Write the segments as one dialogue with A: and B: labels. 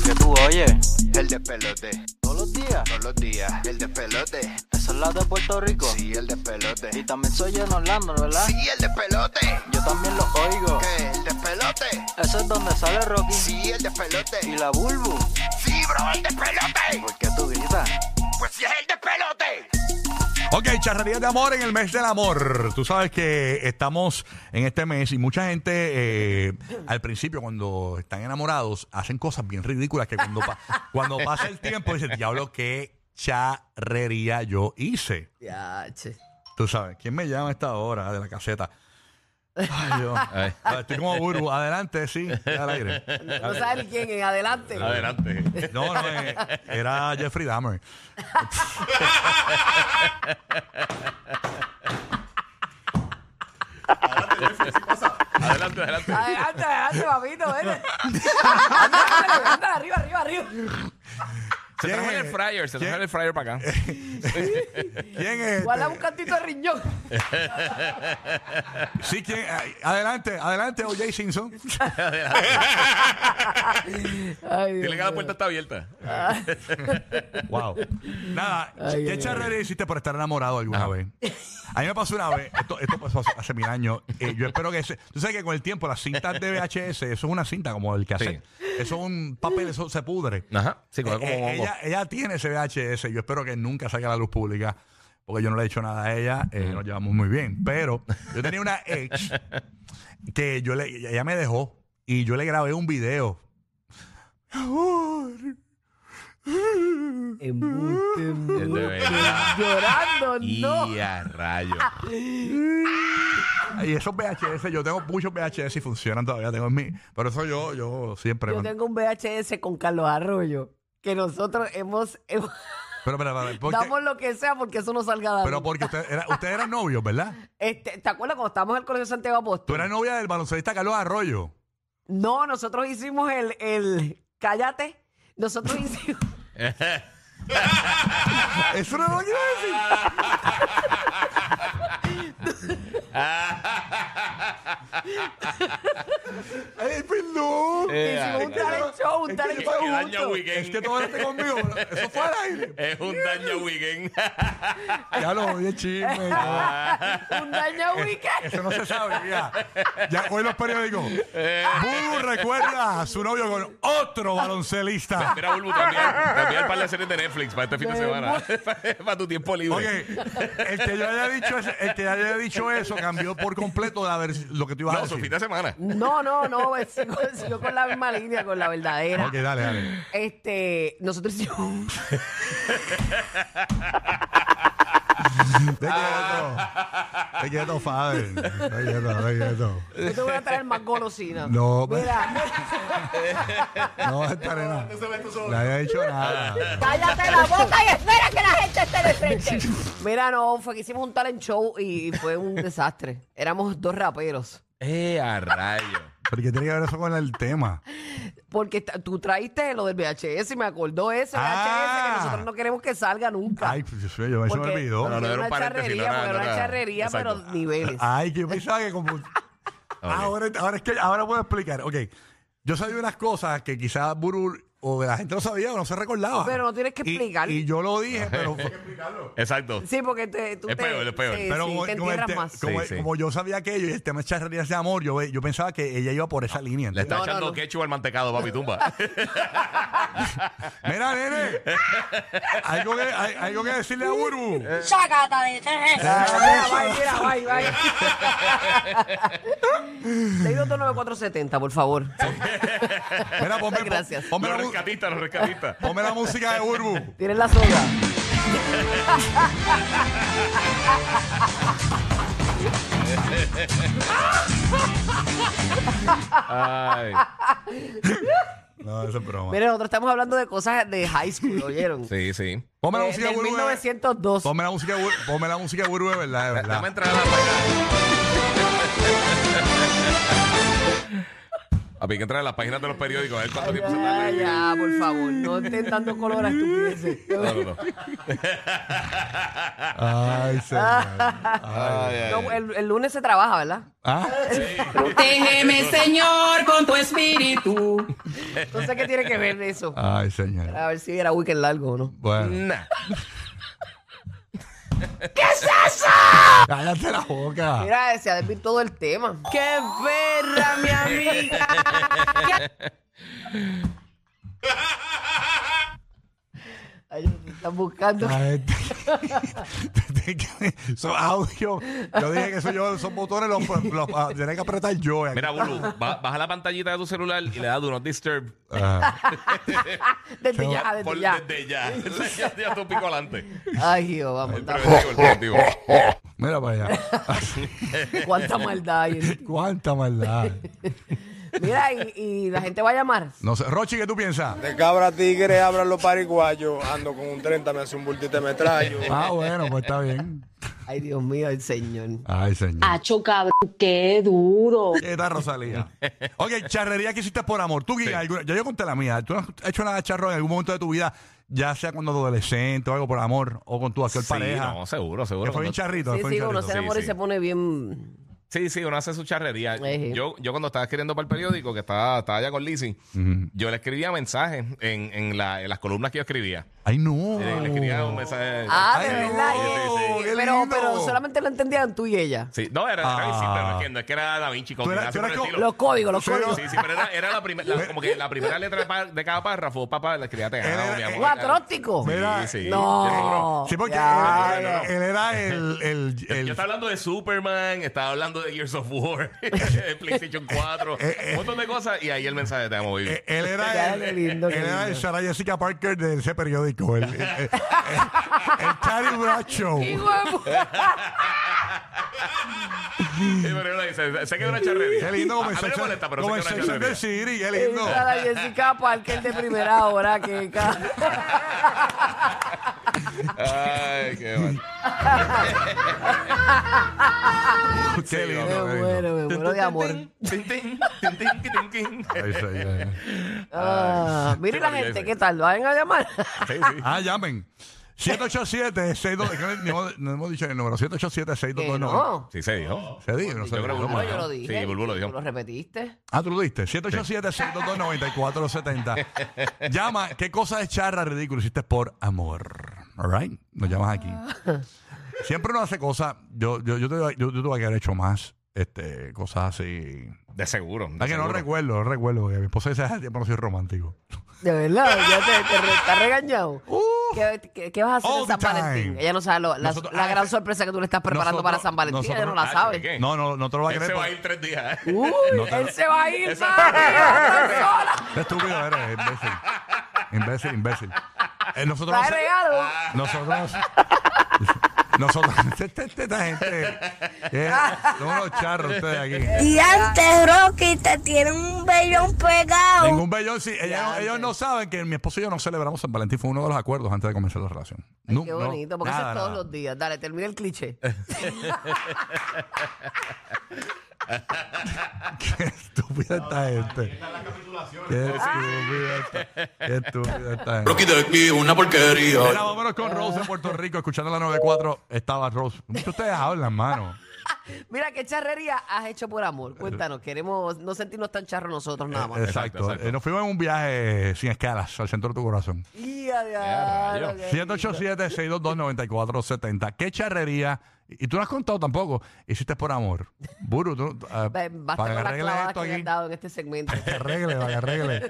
A: que tú oyes.
B: El despelote.
A: Todos los días.
B: Todos los días. El despelote.
A: Eso es la de Puerto Rico.
B: Sí, el despelote.
A: Y también soy en Orlando, ¿verdad?
B: Sí, el despelote.
A: Yo también lo oigo.
B: ¿Qué? El despelote.
A: Eso es donde sale Rocky.
B: Sí, el despelote.
A: Y la Bulbu.
B: Sí, bro, el despelote.
A: ¿Por qué tú gritas?
B: Pues sí, es el despelote.
C: Ok, charrería de amor en el mes del amor. Tú sabes que estamos en este mes y mucha gente eh, al principio cuando están enamorados hacen cosas bien ridículas que cuando, pa- cuando pasa el tiempo dicen, diablo, qué charrería yo hice.
D: Ya, che.
C: Tú sabes, ¿quién me llama a esta hora de la caseta? Ay, Dios. A ver, Estoy como burbu. Adelante, sí, al aire.
D: No sabes ni quién es, adelante.
E: Adelante.
C: No, no, eh, era Jeffrey Dahmer.
E: Adelante, adelante.
C: Ah,
D: Adelante, adelante, papito, vete. Ándale, ándale, arriba, arriba, arriba.
E: Se trajo
C: ¿Quién
E: en el
C: es?
E: fryer, se trajo
C: ¿Quién? Eh,
E: en el fryer para acá.
C: ¿Quién es?
D: Guarda un
C: Este?
D: cantito de riñón.
C: Sí, ¿quién? Ay, Adelante, adelante, OJ Simpson.
D: Ay,
C: eh,
D: Dios
E: Dile que la
D: mío.
E: puerta está abierta.
C: Wow. Nada,
D: Ay,
C: ¿qué
D: ay,
C: charrería hiciste por estar enamorado alguna vez? A mí me pasó una vez, esto, esto pasó hace, hace mil años. eh, yo espero que ese- tú sabes que con el tiempo las cintas de VHS, eso es una cinta como el que hace. Eso es un papel, eso se pudre.
E: Ajá. Sí, como,
C: Eh,
E: como
C: eh,
E: hongo.
C: ella, ella tiene ese VHS. Yo espero que nunca salga a la luz pública, porque yo no le he hecho nada a ella. eh, Nos llevamos muy bien. Pero yo tenía una ex que yo le, ella me dejó y yo le grabé un video.
D: Embuste, embuste.
E: De verdad.
D: Llorando, no.
E: Y a rayo.
C: Ah, Y esos VHS, yo tengo muchos VHS y funcionan todavía. Tengo en mí. Pero eso yo, yo siempre.
D: Yo
C: man-
D: tengo un VHS con Carlos Arroyo. Que nosotros hemos, hemos-
C: Pero, pero, pero, porque,
D: damos lo que sea porque eso no salga de
C: pero porque usted era- ustedes eran novios, ¿verdad?
D: este, ¿Te acuerdas cuando estábamos en el Colegio Santiago
C: Tú
D: Apóstol?
C: eras novia del baloncelista Carlos Arroyo.
D: No, nosotros hicimos el, el cállate. Nosotros hicimos.
C: Eso no es lo que iba a decir. Ay, perdón.
E: Eh,
D: hicimos un talent show, un talent
C: yo soy
D: show.
E: daño
D: juntos.
E: weekend.
C: Es que tú hablaste conmigo. Eso fue al aire.
E: Es un daño weekend.
C: Ya lo oye, chisme.
E: Ah.
D: un daño weekend.
C: Eso no se sabe, mira. Ya hoy los periódicos. Bubu recuerda a su novio con otro baloncelista.
E: Mira, Bulbu, también. También para las series de Netflix para este fin de semana. para tu tiempo libre.
C: Oye, el que yo haya dicho eso, el que haya dicho eso cambió por completo la vers- lo que tú ibas a
E: no, su
C: decir.
E: fin de semana.
D: No, no, no, eh, sigo, sigo con la misma línea, con la verdadera.
C: Ok, dale, dale.
D: Este, nosotros hicimos.
C: Te quieto. Te quieto, Faber. Te quieto, te quieto.
D: Yo te voy a traer más golosina.
C: No, pues.
D: Mira,
C: No vas a estar en nada. No haya dicho nada.
F: Cállate la boca y espera que la gente esté de frente.
D: mira, no, fue que hicimos un talent show y fue un desastre. Éramos dos raperos.
E: Eh, a rayo.
C: Porque tiene que ver eso con el tema.
D: Porque ta- tú traíste lo del VHS y me acordó ese
C: Ah.
D: VHS que nosotros no queremos que salga nunca.
C: Ay, pues, Dios mío, yo me se me
D: Porque-
C: olvidó.
E: No, no, era un
D: una
E: paréntesis,
D: charrería,
E: no era-
D: porque
E: no
D: era una
E: era-
D: charrería, pero
E: Exacto.
D: niveles.
C: Ay, que yo pensaba que como. ahora, ahora es que ahora puedo explicar. Ok. Yo sabía unas cosas que quizás Burul o la gente no sabía o no se recordaba.
D: Pero no tienes que
C: Y-
D: explicar.
C: Y, yo lo dije, pero.
E: Exacto.
D: Sí, porque te, tú
E: Es
D: te,
E: peor, es peor.
D: sí,
C: Pero
D: sí,
C: como,
D: te
C: como el
D: entierras
C: te-
D: más.
C: como-
E: Sí, sí.
C: como yo sabía aquello y el tema de charrerías de amor, yo, yo pensaba que ella iba por esa línea.
E: Le está
D: No, no,
E: echando
D: no.
E: ketchup al mantecado, papi tumba.
C: Mira, nene. algo, que, hay- algo que decirle a Burbu.
F: Sácate de frente.
C: eh,
D: Ah, Mira, mira, bye, bye. 6229470, por favor.
C: Mira, ponme, pon-
D: Gracias.
C: ponme
E: Los
C: la, mu-
E: rescatistas, los rescatistas.
C: ponme la música de Burbu.
D: Tienes la soga.
E: Ay.
C: No, eso es broma.
D: Mira, nosotros estamos hablando de cosas de high school, ¿oyeron?
E: Sí, sí.
C: Ponme la
D: Eh,
C: música de
D: del
C: Burbu. de-
D: 1902.
C: Ponme la música de Burbu, ponme la música de Burbu de verdad, de
E: Dame
C: verdad.
E: entrar a la página. Papi, hay que entrar en las páginas de los periódicos a ver cuánto tiempo se tarda.
D: Ya, ya, por favor, no estén dando color a estupideces.
E: No, no, no.
C: Ay, señor.
D: No, el, el lunes se trabaja, ¿verdad?
C: Ah,
G: Protégeme, Señor, con tu espíritu.
D: Entonces, ¿qué tiene que ver de eso?
C: ay, señor.
D: A ver si era weekend largo o no.
C: Bueno,
E: Nah.
C: cállate la boca.
D: Mira, se ha desvirtuado el tema.
G: ¡Qué perra, mi amiga!
D: Ay, te están buscando.
C: Ay, te- te- te- Esos audios, yo dije que eso yo, esos botones los, los ah, tenía que apretar yo.
E: Mira, Bulu, ba- baja la pantallita de tu celular y le das Do Not Disturb.
C: Ah,
D: Desde ya, desde
E: Por-
D: ya.
E: Desde ya. Desde ya tu pico adelante.
D: Ay, Dios, vamos.
E: El
D: dame.
E: preventivo, el preventivo.
C: mira para allá.
D: Cuánta maldad hay. en ti.
C: Cuánta maldad.
D: Mira, y, y la gente va a llamar.
C: No sé, Rochi, ¿qué tú piensas?
H: De cabra tigre abran los pariguayos, ando con un 30, me hace un bultito de metrallo.
C: Ah, bueno, pues está bien.
D: Ay, Dios mío, el Señor.
C: Ay, señor.
I: Acho, cabrón, qué duro.
C: ¿Qué tal, Rosalía? Oye, charrería que hiciste por amor. Tú, Guilla,
E: Sí.
C: alguna- ya yo conté la mía. ¿Tú has hecho nada charro en algún momento de tu vida, ya sea cuando adolescente o algo por amor, o con tu actual
E: Sí,
C: pareja?
E: no, seguro,
C: que
E: seguro.
C: fue bien charrito.
D: Sí,
C: fue
D: sí,
C: bien
D: uno
C: charrito.
D: se enamora
E: Sí,
D: y
E: sí.
D: se pone bien.
E: Sí, sí, uno hace su charrería.
D: Ejé.
E: Yo, yo cuando estaba escribiendo para el periódico, que estaba, estaba allá con Lizzie, yo le escribía mensajes en, en, la- en las columnas que yo escribía.
C: Ay, no.
E: Le, le escribía
C: Oh.
E: un mensaje.
D: Ah,
C: Ay,
D: de
C: no,
D: verdad.
C: sí, sí. qué
D: Pero,
C: lindo.
D: pero solamente lo entendían tú y ella.
E: Sí, no, era, era
C: Ah.
E: visible, no es que, no es que era Da Vinci con
C: Tú eras- tú eras co-
D: Los códigos, los
C: Sí,
D: códigos.
E: Sí, sí, pero era, era la primera, como que la primera letra de, pa- de cada párrafo, papá, la escribía te
C: Era-
E: amo, mi amor.
D: Un acróstico.
C: Mira,
E: Sí, sí.
D: No.
C: Sí, porque
D: Ya,
C: él,
E: ya, ya.
C: él era el. el,
E: Yo,
C: el-
E: yo estaba hablando de Superman, estaba hablando de Gears of War, de PlayStation 4,
C: Eh, eh.
E: un montón de cosas, y ahí el mensaje te amo, baby.
C: eh, él era
D: Ya,
C: el,
D: qué lindo,
C: él
D: qué
C: era el
D: lindo.
C: Sarah Jessica Parker de ese periódico, el, el, el, el- el Terry Bradshaw.
D: Hijo de pu-
E: Sí, pero no, sé, sé que es una charrería.
C: Qué lindo como
E: A-
C: en
E: a mí no me
C: Sex-
E: molesta, pero sé
C: como
E: que
C: en
E: es una
C: Sex and the
E: charrería.
C: City, qué lindo.
D: Esa la Jessica Parker de primera hora que ca-
E: Ay, qué mal.
C: Qué lindo,
D: Me
C: qué lindo.
D: muero, me muero de amor.
E: Tin, tin, tin, tin, tin, tin.
C: Ay, sí, ay.
D: Ah, mire la
E: maravilla
D: gente,
E: ese.
D: ¿qué tal? ¿Lo van a llamar?
E: Sí, sí.
C: Ah, llamen. 787 622 no, hemos- no hemos dicho el número. 787
D: Que
C: 622
D: no.
E: Sí, se dijo.
C: Se dijo, no se
E: Yo creo
C: dijo.
E: que
D: No, yo lo
E: Sí,
D: dije.
E: Bulbo lo dijo.
D: Tú lo repetiste.
C: Ah, tú lo diste. 787-622-9470. Llama, ¿qué cosa de charra ridícula hiciste por amor? All right? Nos llamas aquí.
D: Ah.
C: Siempre uno hace cosas. Yo, yo, yo, te, yo, yo tuve que haber hecho más este, cosas así.
E: De seguro. de
C: Ah, que no
E: seguro.
C: recuerdo, no recuerdo. porque mi esposa dice hace tiempo no soy romántico.
D: De verdad, ya te, te re- está regañado. ¿Qué, qué, qué vas a hacer
C: Uh. All
D: en San
C: the time.
D: Valentín? Ella no sabe lo- la,
C: Nosotros-
D: la
C: ah,
D: gran
C: ese-
D: sorpresa que tú le estás preparando
C: nosotros-
D: para San Valentín. Ella no
C: nosotros- eh,
D: la
E: Ah,
D: sabe.
E: ¿qué?
C: No, no, no te lo va a
E: Él
C: creer.
E: se va a
C: porque-
E: ir tres días. ¿eh?
D: Uy,
C: eh,
D: él se va a ir.
E: Esa-
D: mami, va a estar sola.
C: Qué estúpido eres, imbécil. Imbécil, imbécil. Eh, nosotros
D: Trae
C: no sé- Ah,
D: regalo.
C: Nosotros. Nosotros. Esta, esta- esta gente. eh, son unos charros ustedes aquí.
F: Y antes, Rocky, te tienen un vellón pegado.
C: Ningún bellón. sí, ellas no- ellos no saben que mi esposo y yo no celebramos San Valentín. Fue uno de los acuerdos antes de comenzar la relación. No,
D: Qué
C: no,
D: bonito, porque eso
C: nada,
D: es todos
C: nada.
D: los días. Dale, termina el cliché.
C: Qué estúpida esta gente. Qué estúpida esta Qué estúpida esta gente.
J: Rocky de aquí, una porquería.
C: Mira, vámonos con Rose en Puerto Rico, escuchando la 94. Estaba Rose. Muchos de ustedes hablan, mano.
D: Mira, ¿qué charrería has hecho por amor? Cuéntanos, queremos no sentirnos tan charros nosotros nada más.
C: Exacto.
E: exacto.
C: Eh. Eh, nos fuimos en un viaje sin escalas al centro de tu corazón.
D: Ya, ya,
E: Ya,
D: lo que-
E: rayos.
C: 787-622-9470. ¿Qué charrería? Y y tú no has contado tampoco. Hiciste por amor. Buru, tú. ah,
D: Ven, Basta
C: para que
D: con las
C: arregle
D: clavadas que
C: esto
D: le
C: aquí.
D: han dado en este segmento.
C: Que arregle, para que arregle.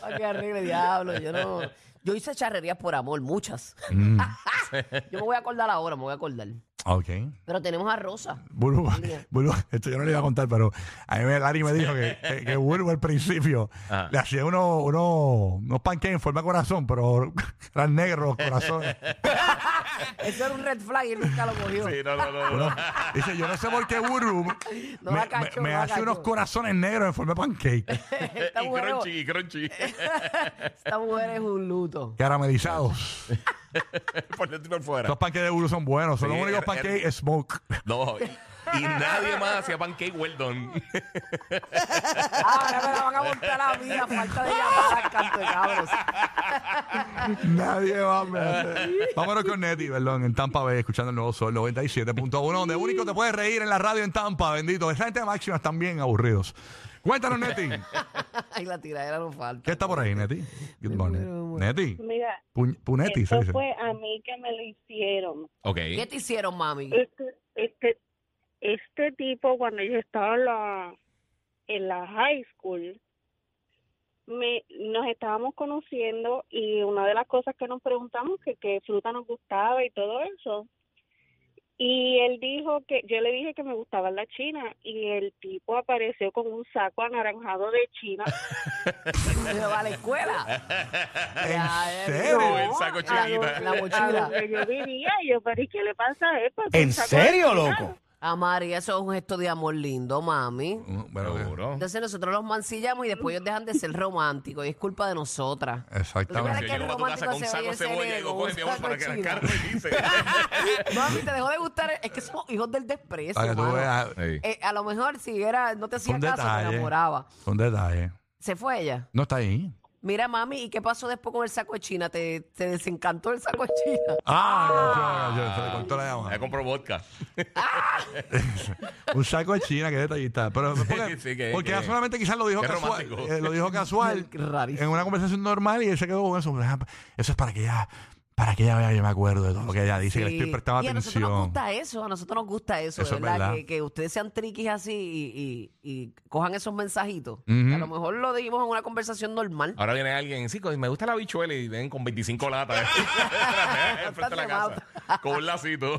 D: Para que arregle, diablo. Yo no. Yo hice charrerías por amor, muchas.
C: Mm.
D: yo me voy a acordar ahora, me voy a acordar.
C: Ok.
D: Pero tenemos a Rosa.
C: Buru, Buru, esto yo no le iba a contar, pero a mí me- Larry me dijo que, que, que Buru al principio
E: Ajá.
C: le hacía uno, uno, unos pancakes en forma de corazón, pero eran negros los corazones.
D: Eso era un red flag y él nunca lo cogió.
E: Sí, no, no, no, no.
C: Uno- dice, yo no sé por qué Buru
D: No
C: me,
D: la cacho,
C: me- me
D: no la
C: hace unos
D: cacho.
C: corazones negros en forma de pancake.
D: Esta
E: Y
D: mujer,
E: crunchy, y crunchy.
D: esta mujer es un luto.
C: Caramelizados.
E: Por dentro y por fuera.
C: Los pancakes de Buru son buenos. Son
E: Sí,
C: los únicos
E: er- er-
C: pancakes smoke.
E: No, y- y nadie más hacía pancake well done.
D: Ah, Ahora me la van a montar a mí, a falta de llamar al canto de cabros.
C: Nadie va a meter. Vámonos con Neti, perdón, en Tampa Bay, escuchando el nuevo Sol 97.1, donde único te puedes reír en la radio en Tampa, bendito. Esa gente de máxima están bien aburridos. Cuéntanos, Neti.
D: Ay, la tiradera no falta.
C: ¿Qué está por ahí, Neti? Good morning. Neti.
I: Mira,
C: Puñ- Punetti, se
I: eso
C: dice.
I: fue a mí que me lo hicieron.
E: Ok.
D: ¿Qué te hicieron, mami?
I: Este, este, este tipo, cuando yo estaba en la, en la high school, me, nos estábamos conociendo y una de las cosas que nos preguntamos que qué fruta nos gustaba y todo eso. Y él dijo que, yo le dije que me gustaba la china y el tipo apareció con un saco anaranjado de china.
D: ¿Pero a la escuela?
C: ¿En
D: Ya, eh,
C: serio?
E: el saco chiquita.
I: a
D: La mochila.
I: donde yo vivía y yo, pero ¿y qué le pasa a él? Pues,
J: ¿En
I: un saco
J: serio,
I: de china.
J: loco?
D: A María, Ah, eso es un gesto de amor lindo, mami.
C: Uh, Bueno,
E: Seguro.
D: Entonces nosotros los mancillamos y después ellos dejan de ser románticos y es culpa de nosotras.
E: Porque
D: Ahora
C: Exactamente.
D: que
E: yo llego a tu casa con un
D: romántico se
E: saco
D: oye
E: de
D: ese
E: cebolla y digo,
D: ego,
E: coge
D: un
E: mi amor
D: saco
E: para que
D: chino".
E: arrancar y dice.
D: Mami, te dejó de gustar. Es que somos hijos del desprecio.
C: Para que tú
D: mano.
C: veas.
E: Ey.
D: Eh, a lo mejor si era, no te hacía
C: Son
D: caso, te
C: detalles.
D: enamoraba.
C: Son detalles.
D: Se fue ella.
C: No está ahí.
D: Mira, mami, ¿y qué pasó después con el saco de China? ¿Te, te desencantó el saco de China?
C: Ah, no, yo- yo- se le cortó la
E: Ya
C: llamada.
E: compró vodka.
C: Un saco de China, qué detallista. Pero porque,
E: Sí, que-
C: porque
E: que-
C: ya solamente quizás lo dijo
E: qué
C: casual.
E: romántico.
C: eh, lo dijo casual
D: Qué rarísimo.
C: en una conversación normal y él se quedó con eso. Ah, Eso es para que ella, para que ella vea, yo me acuerdo de todo lo que ella dice, que le estoy
D: Sí.
C: prestando
D: y a
C: atención.
D: nosotros nos gusta eso, a nosotros nos gusta eso,
C: Eso
D: de
C: es
D: verdad,
C: verdad.
D: Que, que ustedes sean triquis así y, y- y cojan esos mensajitos.
C: Ujú.
D: A lo mejor lo dijimos en una conversación normal.
E: Ahora viene alguien, sí, co- me gusta la bichuela y ven con 25 latas. Enfrente de la casa. Con un lacito.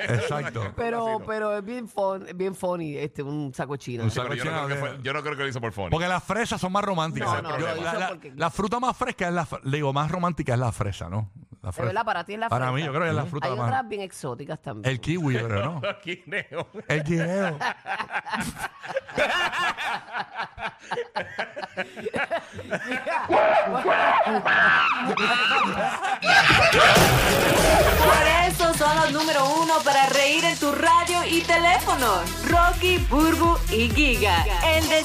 C: Exacto.
D: Pero, pero es bien, fun- es bien funny este, un saco de China.
C: Un
E: Sí, pero yo, no creo que
C: Saco de-
E: fue- yo no creo que lo hizo por phone.
C: Porque las fresas son más románticas.
D: No, no,
C: Yo-
D: lo hizo
C: la, la-
D: porque-
C: la fruta más fresca es la, fr- digo, más romántica es la fresa, ¿no? La
D: De
C: fresa.
D: verdad, para ti es la
C: Para
D: fresa.
C: mí, yo creo que es la fruta
D: Hay
C: más.
D: otras bien exóticas también.
C: El kiwi, yo creo, ¿no?
E: Aquí, Neo.
C: El guineo.
G: Por eso son los número uno para reír en tu radio y teléfono. Rocky, Burbu y Giga. El de